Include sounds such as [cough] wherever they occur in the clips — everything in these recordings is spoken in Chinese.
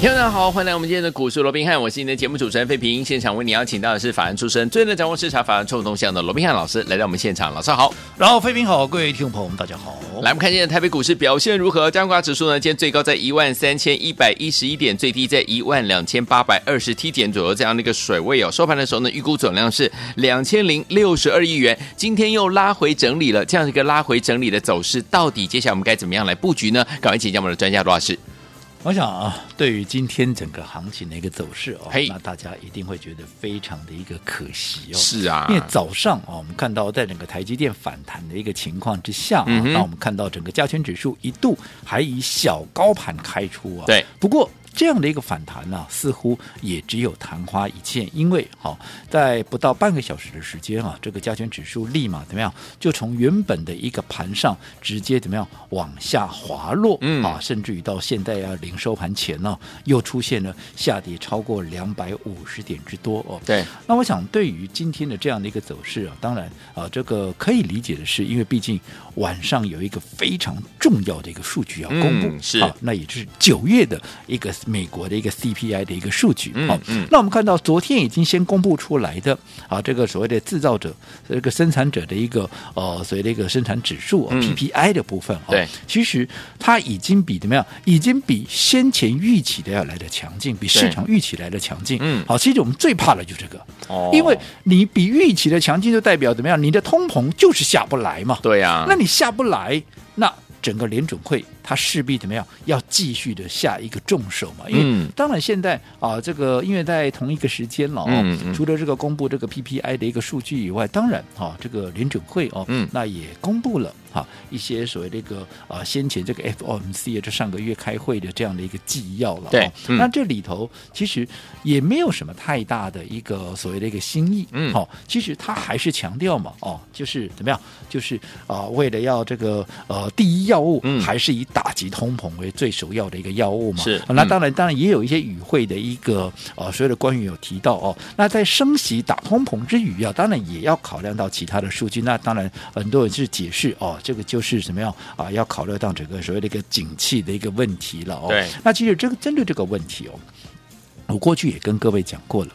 听众大家好，欢迎来我们今天的股市罗宾汉，我是你的节目主持人费平。现场为你邀请到的是法案出身、最能掌握市场法案臭动向的罗宾汉老师来到我们现场，老师好。然后，飞平好，各位听众朋友们，大家好。来，我们看现在台北股市表现如何？加权指数呢，今天最高在一万三千一百一十一点，最低在一万两千八百二十七点左右这样的一个水位哦。收盘的时候呢，预估总量是两千零六十二亿元，今天又拉回整理了，这样一个拉回整理的走势，到底接下来我们该怎么样来布局呢？赶快请教我们的专家罗老师。我想啊，对于今天整个行情的一个走势哦嘿，那大家一定会觉得非常的一个可惜哦。是啊因为早上啊，我们看到在整个台积电反弹的一个情况之下、啊，嗯哼那我们看到整个加权指数一度还以小高盘开出啊。对，不过。这样的一个反弹呢、似乎也只有昙花一现，因为好、在不到半个小时的时间啊，这个加权指数立马怎么样，就从原本的一个盘上直接怎么样往下滑落，嗯啊，甚至于到现在啊，零收盘前呢、又出现了下跌超过两百五十点之多哦。对，那我想，对于今天的这样的一个走势啊，当然啊，这个可以理解的是，因为毕竟晚上有一个非常重要的一个数据要公布，嗯是啊，那也就是九月的一个美国的一个 CPI 的一个数据。嗯好嗯那我们看到昨天已经先公布出来的啊，这个所谓的制造者、这个生产者的一个呃所谓的一个生产指数、啊嗯 PPI 的部分啊，对其实它已经比怎么样，已经比先前预期的要来的强劲，比市对场预期来的强劲。嗯好，其实我们最怕的就是这个。哦因为你比预期的强劲，就代表怎么样？你的通膨就是下不来嘛。对呀、啊，那你下不来，那整个联准会它势必怎么样？要继续的下一个重手嘛。因为、嗯当然现在啊、这个因为在同一个时间了哦，嗯嗯除了这个公布这个 PPI 的一个数据以外，当然啊、这个联准会哦，嗯那也公布了哈、一些所谓这个啊、先前这个 FOMC 啊，就上个月开会的这样的一个纪要了。对哦嗯那这里头其实也没有什么太大的一个所谓的一个新意，嗯好、其实他还是强调嘛，哦，就是怎么样，就是啊、为了要这个呃第一要务，嗯还是以打击通膨为最首要的一个要务嘛，是啊那嗯当然，当然也有一些与会的一个呃所有的官员有提到哦，那在升息打通膨之余啊，当然也要考量到其他的数据，那当然很多人是解释哦，这个就是怎么样啊、要考虑到整个所谓的一个景气的一个问题了哦，对那其实这个针对这个问题哦，我过去也跟各位讲过了，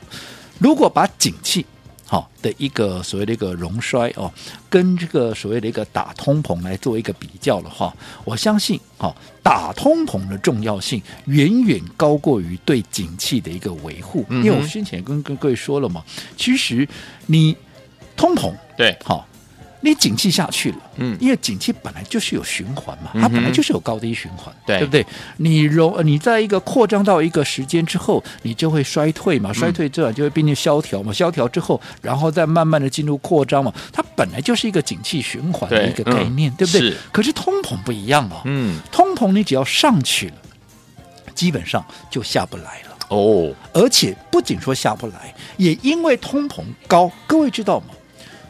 如果把景气好、的一个所谓的一个荣衰哦，跟这个所谓的一个打通膨来做一个比较的话，我相信好、打通膨的重要性远远高过于对景气的一个维护，嗯哼因为我先前跟跟各位说了嘛，其实你通膨对，好、你景气下去了，嗯因为景气本来就是有循环嘛，嗯哼它本来就是有高低循环，对不对？你容你在一个扩张到一个时间之后，你就会衰退嗯嘛，衰退之后就会变成萧条嘛，萧条之后，然后再慢慢的进入扩张嘛，它本来就是一个景气循环的对一个概念，嗯对不对是？可是通膨不一样哦，嗯，通膨你只要上去了，基本上就下不来了。哦，而且不仅说下不来，也因为通膨高。各位知道吗？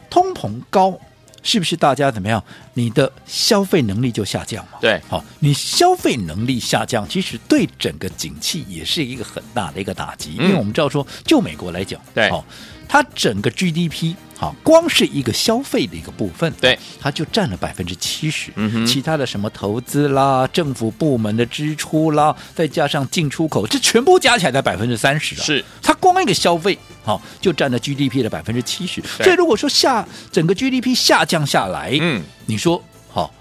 通膨高是不是大家怎么样？你的消费能力就下降嘛？对好，你消费能力下降，其实对整个景气也是一个很大的一个打击。嗯因为我们知道说，就美国来讲，对好、它整个 GDP 好、光是一个消费的一个部分，对，它就占了百分之七十，嗯哼其他的什么投资啦、政府部门的支出啦，再加上进出口，这全部加起来才百分之三十啊。是，它光一个消费，好、就占了 GDP 的百分之七十。对所以如果说下整个 GDP 下降下来，嗯，你说好、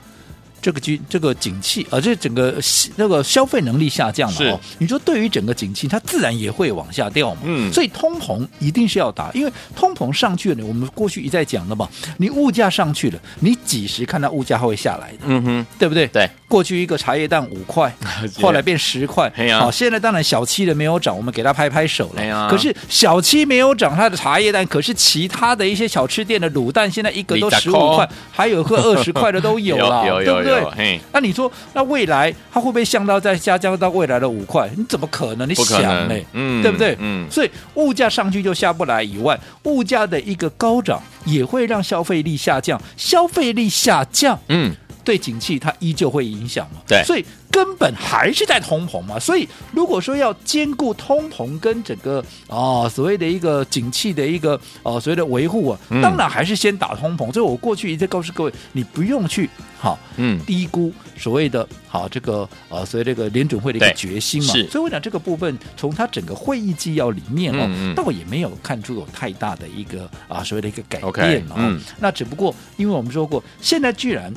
这个居这个景气啊、呃这整个那个消费能力下降了哦。你说对于整个景气，它自然也会往下掉嘛。嗯所以通膨一定是要打，因为通膨上去了，我们过去一再讲了嘛，你物价上去了，你几时看到物价会下来的？嗯哼，对不对？对，过去一个茶叶蛋五 [laughs] 块，后来变十块哎，呀好，现在当然小七的没有涨，我们给他拍拍手哎呀了。可是小七没有涨，它的茶叶蛋，可是其他的一些小吃店的卤蛋现在一个都你咋十抠五块，还 [laughs] 有个二十块的都有了，有有对不有有，对？嘿，那你说，那未来它会不会降到再下降到未来的五块？你怎么可能？你不可想能呢？嗯对不对？嗯所以物价上去就下不来以外，物价的一个高涨也会让消费力下降，消费力下降。嗯，对景气它依旧会影响嘛。对所以根本还是在通膨嘛。所以如果说要兼顾通膨跟整个哦所谓的一个景气的一个哦所谓的维护啊，嗯当然还是先打通膨。所以我过去一直告诉各位，你不用去好。嗯低估所谓的好这个呃，所谓这个联准会的一个对决心嘛，是所以我讲这个部分，从它整个会议纪要里面哦，嗯嗯倒也没有看出有太大的一个啊所谓的一个改 OK，变哦。嗯那只不过因为我们说过，现在居然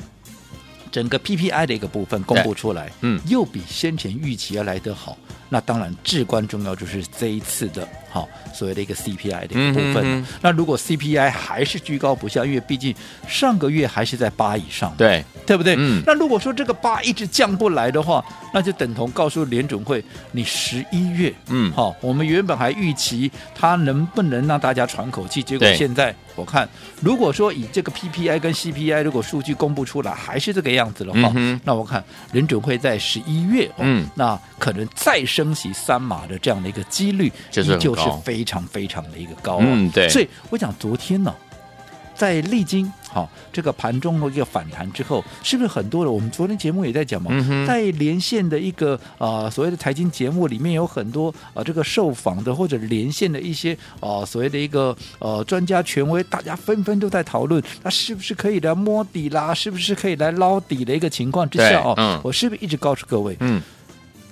整个 PPI 的一个部分公布出来，嗯又比先前预期要来得好。那当然，至关重要就是这一次的，好、所谓的一个 CPI 的一个部嗯分。哼嗯哼那如果 CPI 还是居高不下，因为毕竟上个月还是在八以上嘛，对，对不对？嗯那如果说这个八一直降不来的话，那就等同告诉联准会，你十一月，嗯好、我们原本还预期它能不能让大家喘口气，结果对现在我看，如果说以这个 PPI 跟 CPI 如果数据公布出来还是这个样子的话嗯，哼那我看联准会在十一月，哦、嗯，那可能再升息三码的这样的一个几率，就是很依旧是高非常非常的一个高、啊，嗯对所以我讲昨天呢、在历经好、这个盘中的一个反弹之后，是不是很多的？我们昨天节目也在讲嘛，嗯哼在连线的一个呃所谓的财经节目里面，有很多呃这个受访的或者连线的一些呃所谓的一个呃专家权威，大家纷纷都在讨论，那是不是可以来摸底啦？是不是可以来捞底的一个情况之对下哦？嗯我是不是一直告诉各位，嗯，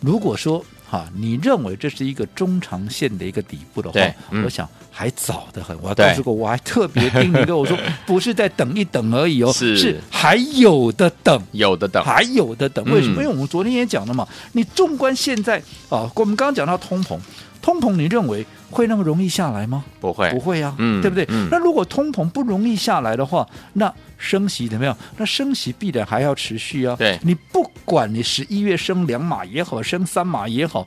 如果说哈、你认为这是一个中长线的一个底部的话对，嗯我想还早得很。我还对告诉过，我还特别叮咛过，我说 [laughs] 不是在等一等而已哦，是还有的等。有的等，还有的等，为什么？嗯因为我们昨天也讲了嘛，你纵观现在啊，我们刚刚讲到通膨，通膨你认为会那么容易下来吗？不会不，会啊，嗯对不对、嗯那如果通膨不容易下来的话，那升息怎么样？那升息必然还要持续啊。对你不管你十一月升两码也好，升三码也好。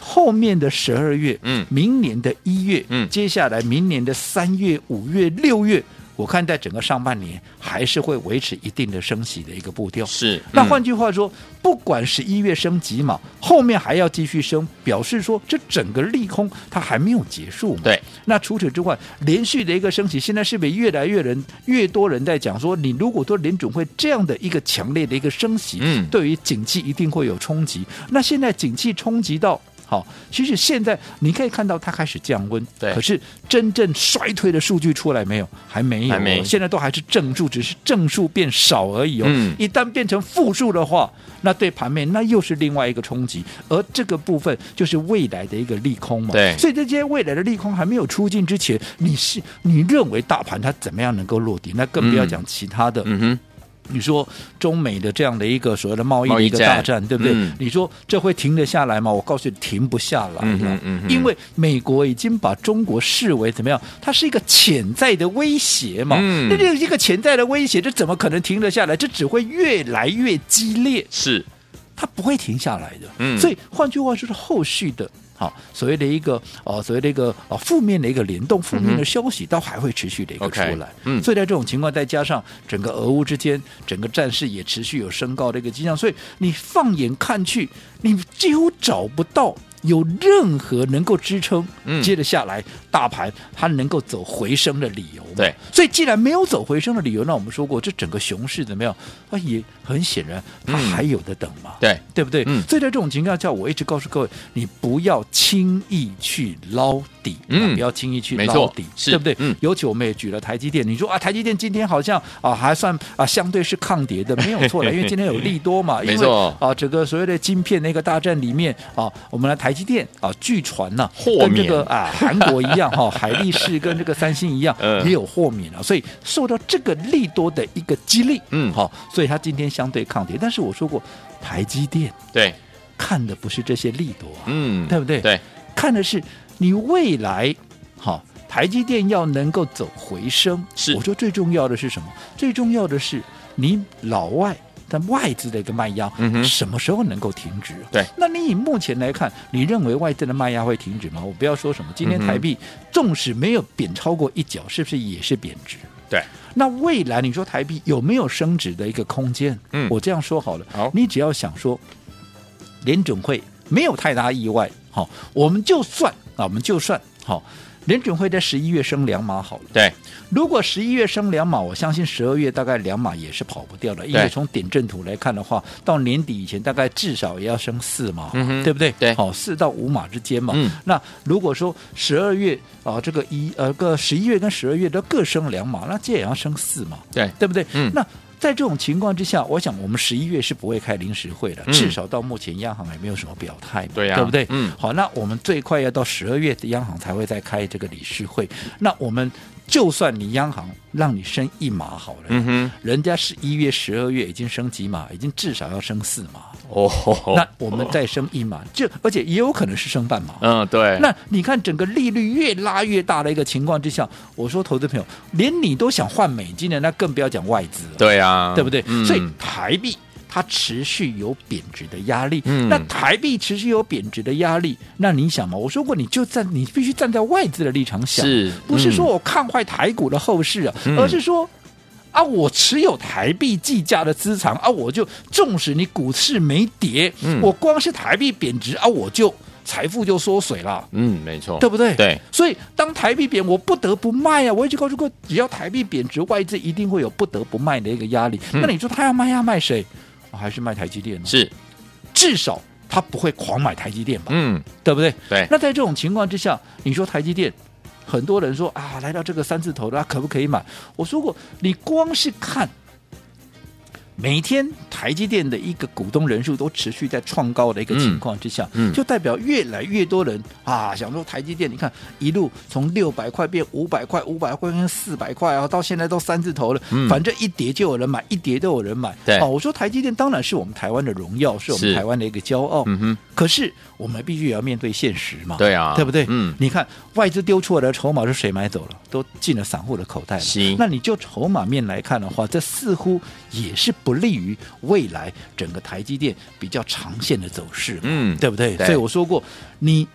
后面的十二月，嗯明年的一月，嗯接下来明年的三月、五月、六月，我看在整个上半年还是会维持一定的升息的一个步调。是，那嗯换句话说，不管十一月升几码，后面还要继续升，表示说这整个利空它还没有结束嘛。对，那除此之外，连续的一个升息，现在是不是越来越人越多人在讲说，你如果说联准会这样的一个强烈的一个升息，嗯对于景气一定会有冲击。那现在景气冲击到。好，其实现在你可以看到它开始降温，对可是真正衰退的数据出来没有？还没有哦，还没现在都还是正数，只是正数变少而已哦。嗯一旦变成负数的话，那对盘面那又是另外一个冲击，而这个部分就是未来的一个利空嘛。对所以这些未来的利空还没有出尽之前，你是你认为大盘它怎么样能够落地？那更不要嗯讲其他的。嗯哼，你说中美的这样的一个所谓的贸易贸的易一个大战战，对不对？嗯你说这会停得下来吗？我告诉你，停不下来嗯了，哼嗯哼因为美国已经把中国视为怎么样？它是一个潜在的威胁嘛。嗯那这个一个潜在的威胁，这怎么可能停得下来？这只会越来越激烈。是，它不会停下来的。嗯所以换句话说，是后续的。好，所谓的一个呃，所谓的一个呃负面的一个联动，负面的消息，倒还会持续的一个出嗯 OK，来。嗯所以在这种情况，再加上整个俄乌之间，整个战事也持续有升高的一个迹象，所以你放眼看去，你几乎找不到有任何能够支撑，嗯接着下来大盘它能够走回升的理由嘛。对所以既然没有走回升的理由，那我们说过，这整个熊市怎么样？啊，也很显然，嗯它还有的等嘛。对，对不对？嗯所以在这种情况下，我一直告诉各位，你不要轻易去捞底，嗯啊不要轻易去没捞错底，是对不对？嗯尤其我们也举了台积电，你说啊，台积电今天好像啊还算啊相对是抗跌的，没有 [laughs] 错了，因为今天有利多嘛，因没为错啊，整个所谓的晶片那个大战里面啊，我们的台积电啊，据传呢、豁免跟这个啊韩国一样哈、海力士跟这个三星一样、 [laughs] 嗯也有豁免了，所以受到这个利多的一个激励，嗯好、所以它今天相对抗跌，但是我说过，台积电。对，看的不是这些利多、啊，嗯，对不对对，看的是你未来好。台积电要能够走回升，是我说最重要的是什么？最重要的是你老外但外资的一个卖压，嗯哼什么时候能够停止？对那你以目前来看，你认为外资的卖压会停止吗？我不要说什么，今天嗯哼台币纵使没有贬超过一角，是不是也是贬值？对，那未来你说台币有没有升值的一个空间？嗯我这样说好了，好你只要想说，联准会没有太大意外，好、我们就算啊，我们就算好、联准会在十一月升两码好了。对，如果十一月升两码，我相信十二月大概两码也是跑不掉的，因为从点阵图来看的话，到年底以前大概至少也要升四码，嗯哼对不对？对好、四到五码之间嘛。嗯那如果说十二月啊、这个一呃个十一月跟十二月都各升两码，那这也要升四码，对对不对？嗯那在这种情况之下，我想我们十一月是不会开临时会的，嗯至少到目前央行也没有什么表态嘛，对呀对不对？嗯好，那我们最快要到十二月，央行才会再开这个理事会。那我们就算你央行让你升一码好了，嗯哼，人家十一月、十二月已经升几码，已经至少要升四码。哦吼吼那我们再升一码，就而且也有可能是升半码。嗯，对，那你看整个利率越拉越大的一个情况之下，我说投资朋友，连你都想换美金的，那更不要讲外资了。对啊，对不对？嗯所以台币它持续有贬值的压力。嗯那台币持续有贬值的压力，那你想嘛？我说过，你就站，你必须站在外资的立场想，是不是嗯说我看坏台股的后市啊，嗯而是说。啊，我持有台币计价的资产啊，我就纵使你股市没跌，嗯我光是台币贬值啊，我就财富就缩水了。嗯，没错，对不对？对，所以当台币贬，我不得不卖啊！我一直告诉过，只要台币贬值，外资一定会有不得不卖的一个压力。嗯那你说他要卖，要卖谁？我还是卖台积电呢？是，至少他不会狂买台积电吧？嗯，对不对？对，那在这种情况之下，你说台积电，很多人说啊，来到这个三字头的，啊可不可以买？我说过，你光是看。每天台积电的一个股东人数都持续在创高的一个情况之下，嗯嗯就代表越来越多人啊想说台积电，你看一路从六百块变五百块，五百块跟四百块啊，到现在都三字头了，嗯反正一跌就有人买，一跌都有人买。对哦，我说台积电当然是我们台湾的荣耀，是我是们台湾的一个骄傲。嗯哼，可是我们必须也要面对现实嘛，对啊对不对？嗯你看外资丢出来的筹码是谁买走了？都进了散户的口袋了。行那你就筹码面来看的话，这似乎也是不利于未来整个台积电比较长线的走势嘛，嗯对不对？对所以我说过，你。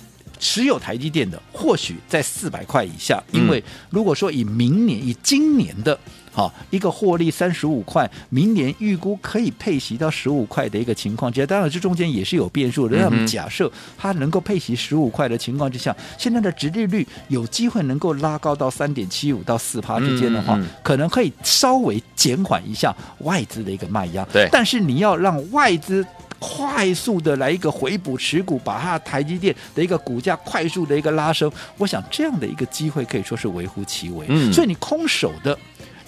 持有台积电的，或许在四百块以下，嗯因为如果说以明年、以今年的，好、一个获利三十五块，明年预估可以配息到十五块的一个情况之下，当然这中间也是有变数嗯的。哼让我们假设它能够配息十五块的情况之下，现在的殖利率有机会能够拉高到三点七五到四趴之间的话，嗯嗯嗯可能可以稍微减缓一下外资的一个卖压。对但是你要让外资。快速的来一个回补持股，把它台积电的一个股价快速的一个拉升，我想这样的一个机会可以说是微乎其微。嗯所以你空手的。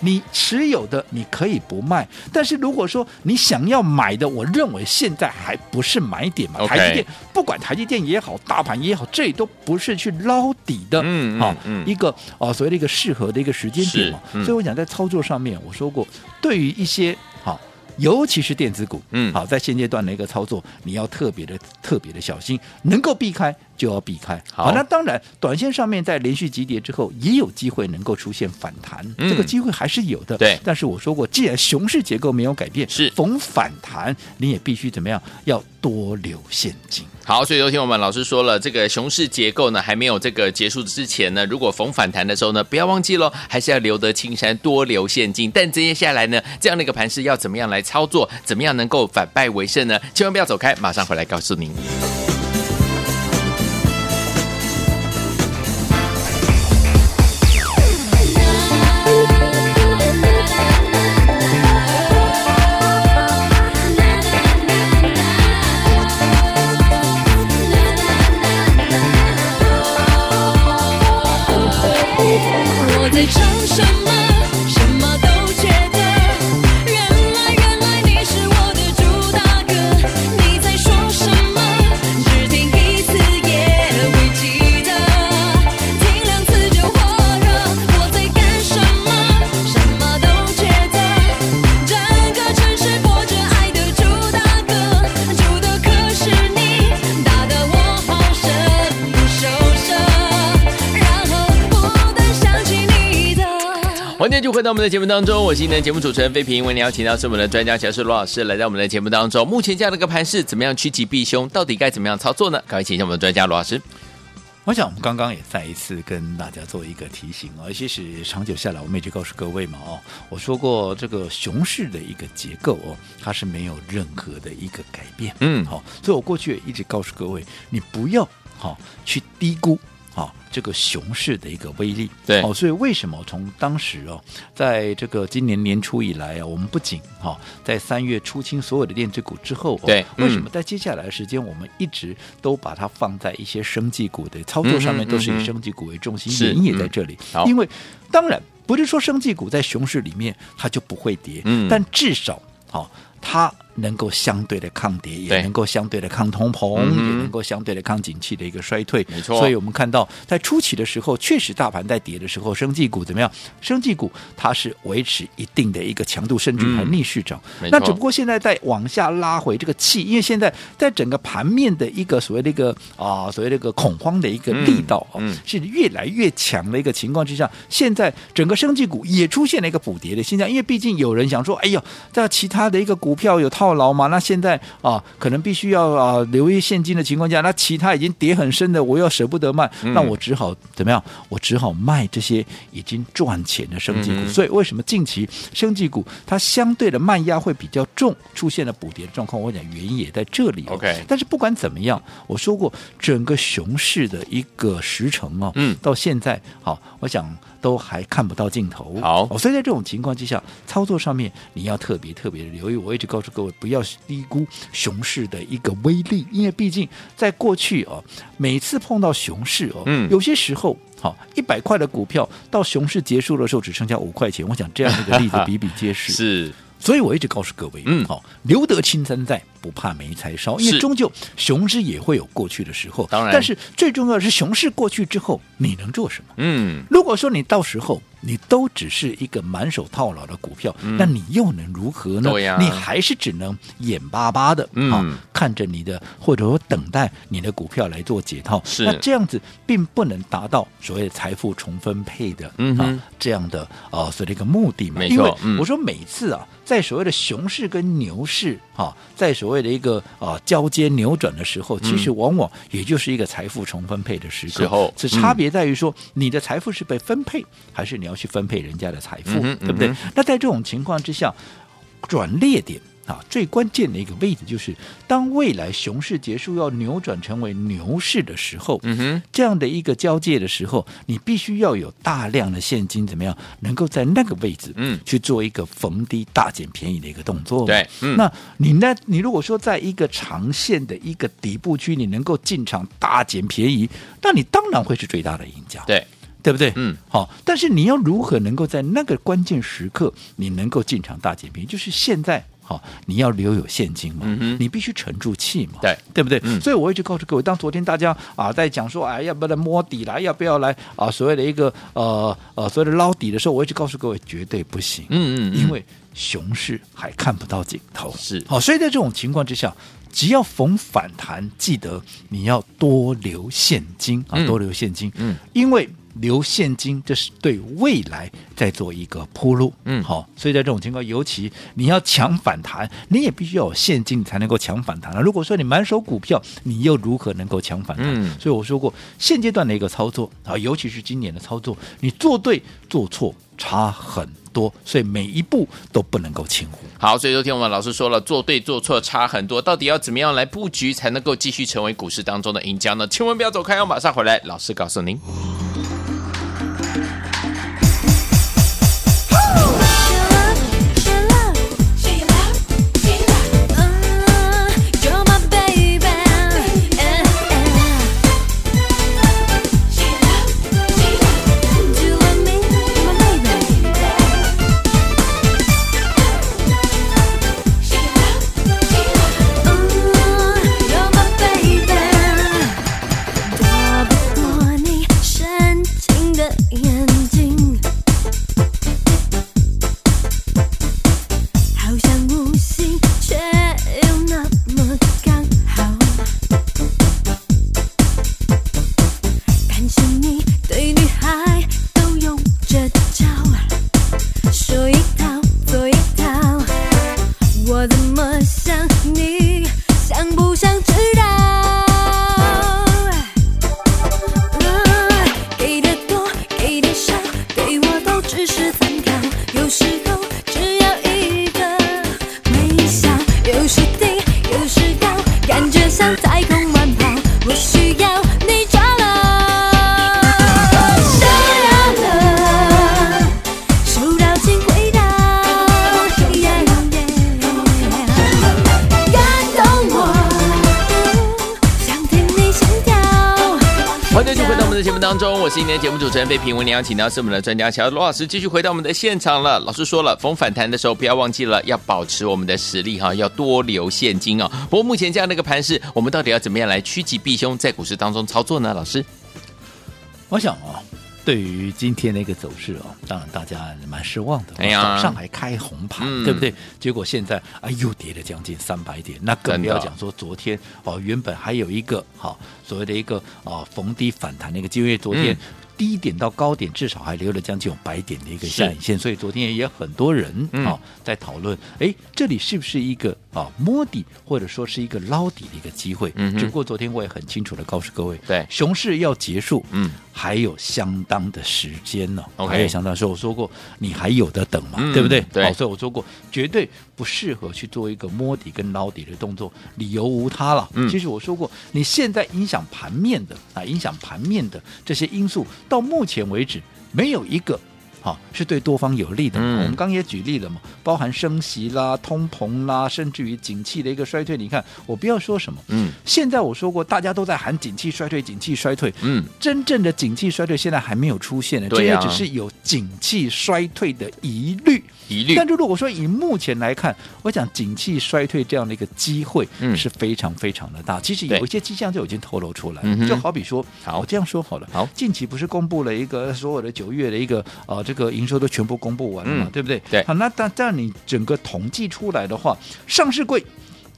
你持有的你可以不卖，但是如果说你想要买的，我认为现在还不是买点嘛。 OK 台积电不管台积电也好，大盘也好，这都不是去捞底的，嗯嗯啊嗯一个啊、所谓的一个适合的一个时间点嘛。是嗯所以我想在操作上面，我说过，对于一些好、尤其是电子股，嗯好，在现阶段的一个操作，你要特别的、特别的小心，能够避开就要避开。好那当然，短线上面在连续急跌之后，也有机会能够出现反弹，嗯这个机会还是有的。对但是我说过，既然熊市结构没有改变，是逢反弹你也必须怎么样，要多留现金。好，所以昨天我们老师说了，这个熊市结构呢还没有这个结束之前呢，如果逢反弹的时候呢，不要忘记喽，还是要留得青山，多留现金。但接下来呢，这样的一个盘势要怎么样来操作，怎么样能够反败为胜呢？千万不要走开，马上回来告诉您。我在唱什么，什么都觉得。原来原来你是我的主打歌，你在说什么，只听一次也会记得，听两次就火热。我在干什么，什么都觉得。整个城市播着爱的主打歌，主的可是你，打得我好神不守舍，然后不。不能想起你的。欢迎继续回到我们的节目当中，我是今天的节目主持人飞平，为您邀请到是我们的专家乔世罗老师来到我们的节目当中。目前这样的一个盘势，怎么样趋吉避凶？到底该怎么样操作呢？赶快请一下我们的专家罗老师。我想我们刚刚也再一次跟大家做一个提醒哦，其实长久下来，我们也就告诉各位嘛哦，我说过这个熊市的一个结构哦，它是没有任何的一个改变，嗯好、所以我过去也一直告诉各位，你不要好、去低估。好这个熊市的一个威力，对哦，所以为什么从当时哦，在这个今年年初以来啊，我们不仅哈、在三月出清所有的电子股之后、哦，对为什嗯么在接下来的时间，我们一直都把它放在一些生技股的操作上面，嗯哼都是嗯哼以生技股为中心，是原因也在这里嗯好。因为当然不是说生技股在熊市里面它就不会跌，嗯但至少好、它。能够相对的抗跌，对也能够相对的抗通膨，嗯哼也能够相对的抗景气的一个衰退，没错所以我们看到，在初期的时候，确实大盘在跌的时候，生技股怎么样？生技股它是维持一定的一个强度，甚至还嗯逆势涨。没错那只不过现在在往下拉回这个气，因为现在在整个盘面的一个所谓的一个啊、所谓的一个恐慌的一个力道啊、嗯嗯是越来越强的一个情况之下，现在整个生技股也出现了一个补跌的现象，因为毕竟有人想说，哎呦，在其他的一个股票有套牢嘛，那现在啊可能必须要啊留一现金的情况下，那其他已经跌很深的，我又舍不得卖，嗯那我只好怎么样？我只好卖这些已经赚钱的生技股，嗯哼所以为什么近期生技股它相对的卖压会比较重，出现了补跌的状况？我讲原因也在这里、哦。 OK 但是不管怎么样，我说过整个熊市的一个时程哦，嗯到现在好，我想都还看不到尽头。好哦所以在这种情况之下，操作上面你要特别特别的留意。我一直告诉各位，不要低估熊市的一个威力，因为毕竟在过去哦，每次碰到熊市哦，嗯有些时候。好，一百块的股票到熊市结束的时候只剩下五块钱，我想这样的一个例子比比皆 [laughs] 是。是所以我一直告诉各位，嗯好、留得青山在，不怕没柴烧，因是为终究熊市也会有过去的时候。当然但是最重要的是熊市过去之后，你能做什么？嗯，如果说你到时候你都只是一个满手套牢的股票，那你又能如何呢？嗯对呀你还是只能眼巴巴的啊、嗯看着你的，或者说等待你的股票来做解套。是那这样子并不能达到所谓的财富重分配的、嗯哼啊这样的啊所谓的一个目的嘛。没错因为嗯我说每次啊，在所谓的熊市跟牛市啊，在所谓的一个啊交接扭转的时候，其实往往也就是一个财富重分配的时刻。嗯时候此嗯差别。别在于说你的财富是被分配，还是你要去分配人家的财富，嗯哼对不对？嗯那在这种情况之下，转列点。啊，最关键的一个位置就是，当未来熊市结束要扭转成为牛市的时候，嗯哼，这样的一个交界的时候，你必须要有大量的现金，怎么样能够在那个位置，嗯去做一个逢低大捡便宜的一个动作嘛？对嗯那你那，你如果说在一个长线的一个底部区，你能够进场大捡便宜，那你当然会是最大的赢家。对，对不对？嗯，好，但是你要如何能够在那个关键时刻，你能够进场大减平，就是现在。好，你要留有现金嘛？嗯哼你必须沉住气嘛？对对不对？嗯所以我一直告诉各位，当昨天大家啊在讲说，哎，要不要来摸底来，要不要来啊所谓的一个呃呃所谓的捞底的时候，我一直告诉各位，绝对不行。嗯嗯嗯因为熊市还看不到尽头。是好，所以在这种情况之下，只要逢反弹，记得你要多留现金啊嗯，多留现金。嗯，因为留现金，这是对未来在做一个铺路。嗯好，所以在这种情况，尤其你要抢反弹，你也必须要有现金你才能够抢反弹啊。如果说你满手股票，你又如何能够抢反弹？嗯所以我说过，现阶段的一个操作啊，尤其是今年的操作，你做对做错差很多，所以每一步都不能够轻忽。好，所以昨天我们老师说了，做对做错差很多，到底要怎么样来布局才能够继续成为股市当中的赢家呢？千万不要走开哦，马上回来，老师告诉您。 You're my baby. Do you love me? You're my baby. Ooh, you're my baby. 躲不过你身只是参考。有时候只要一个微笑，有时低，有时高，感觉像太空慢跑。我需要你抓牢，闪亮了。收到，请回答。感动我，想听你心跳。欢迎继续回到我们的节目当中，我是今天的节目主持人费平。我们邀请到是我们的专家小罗老师，继续回到我们的现场了。老师说了，逢反弹的时候不要忘记了要保持我们的实力哈，要多留现金哦。不过目前这样的一个盘势，我们到底要怎么样来趋吉避凶，在股市当中操作呢？老师，我想哦，对于今天的一个走势哦，当然大家蛮失望的。哎呀早上还开红盘，嗯对不对？结果现在哎又跌了将近三百点，那更真不的要讲说昨天哦，原本还有一个好、所谓的一个哦逢低反弹的一个机会，昨天。嗯低点到高点至少还留了将近有百点的一个是下影线，所以昨天也很多人啊、嗯哦在讨论，哎，这里是不是一个啊、摸底或者说是一个捞底的一个机会？嗯哼只不过昨天我也很清楚的告诉各位，对哎熊市要结束，嗯还有相当的时间呢、 OK 还有相当的时候，我说过你还有的等嘛，嗯对不对？对好所以我说过绝对不适合去做一个摸底跟捞底的动作，理由无他了。嗯其实我说过，你现在影响盘面的啊，影响盘面的这些因素，到目前为止没有一个。好，是对多方有利的。嗯我们刚也举例了嘛，包含升息啦、通膨啦，甚至于景气的一个衰退。你看，我不要说什么，嗯现在我说过，大家都在喊景气衰退，景气衰退。嗯，真正的景气衰退现在还没有出现呢，这对也呀只是有景气衰退的疑虑。疑虑但是如果说以目前来看，我讲景气衰退这样的一个机会嗯是非常非常的大。其实对有一些迹象就已经透露出来嗯，哼就好比说，好我这样说好了，好近期不是公布了一个所有的九月的一个呃这个营收都全部公布完了嘛，嗯对不对？对好，那但但你整个统计出来的话，上市柜。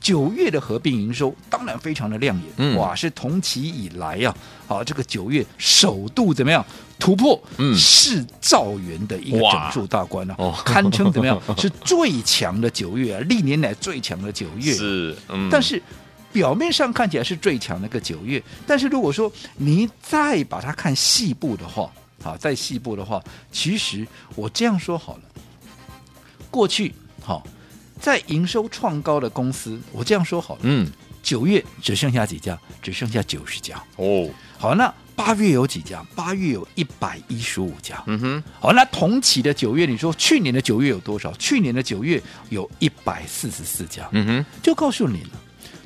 九月的合并营收当然非常的亮眼，嗯哇，是同期以来呀、啊，啊，这个九月首度怎么样突破嗯四兆元的一个哇整数大关呢、哦堪称怎 [laughs] 么样是最强的九月啊，历年来最强的九月。是，嗯但是表面上看起来是最强那个九月，但是如果说你再把它看细部的话，好，再细部的话，其实我这样说好了，过去好、在营收创高的公司，我这样说好了，嗯九月只剩下几家，只剩下九十家。哦，好，那八月有几家？八月有一百一十五家。嗯哼，好，那同期的九月，你说去年的九月有多少？去年的九月有一百四十四家，嗯哼，就告诉你了。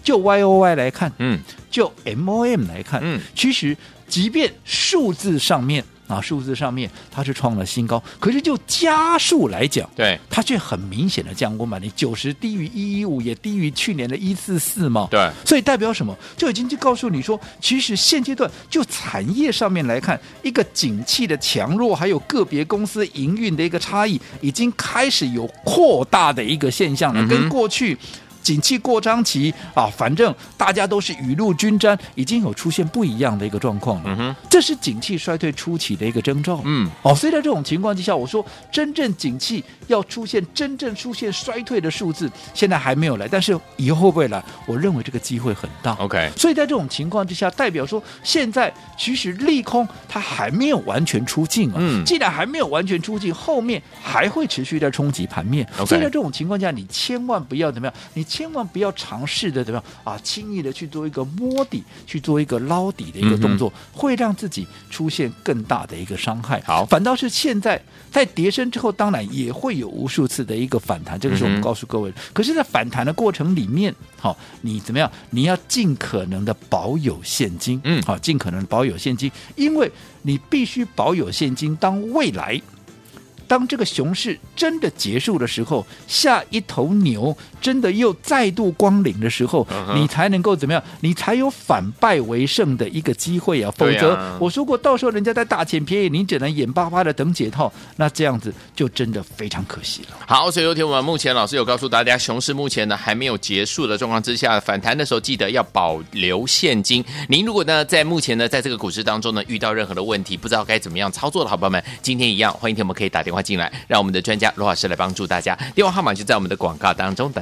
就 Y O Y 来看，嗯就 M O M 来看，嗯其实即便数字上面啊，数字上面它是创了新高，可是就家数来讲，对它却很明显的降温嘛，你九十低于一一五，也低于去年的一四四嘛，对所以代表什么？就已经就告诉你说，其实现阶段就产业上面来看，一个景气的强弱，还有个别公司营运的一个差异，已经开始有扩大的一个现象了，嗯哼跟过去。景气过张期啊，反正大家都是雨露均沾，已经有出现不一样的一个状况了。嗯哼这是景气衰退初期的一个征兆。嗯，哦，所以在这种情况之下，我说真正景气要出现真正出现衰退的数字，现在还没有来，但是以后会不会来？我认为这个机会很大。 ，OK，所以在这种情况之下，代表说现在其实利空它还没有完全出尽啊。嗯既然还没有完全出尽，后面还会持续在冲击盘面。 OK 所以在这种情况下，你千万不要怎么样，你千万不要尝试的怎么样啊，轻易的去做一个摸底，去做一个捞底的一嗯个动作，会让自己出现更大的一个伤害。好反倒是现在在跌升之后，当然也会有无数次的一个反弹，这个是我嗯们哼告诉各位。可是，在反弹的过程里面，好、你怎么样？你要尽可能的保有现金，嗯好、尽可能保有现金，因为你必须保有现金，当未来。当这个熊市真的结束的时候，下一头牛真的又再度光临的时候，嗯哼你才能够怎么样？你才有反败为胜的一个机会啊！否对则，啊我说过，到时候人家在大捡便宜，你只能眼巴巴的等解套，那这样子就真的非常可惜了。好，所以有天我们目前老师有告诉大家，熊市目前呢还没有结束的状况之下，反弹的时候记得要保留现金。您如果呢在目前呢在这个股市当中呢遇到任何的问题，不知道该怎么样操作的好朋友们，今天一样欢迎听我们可以打电话进来，让我们的专家罗老师来帮助大家。电话号码就在我们的广告当中，打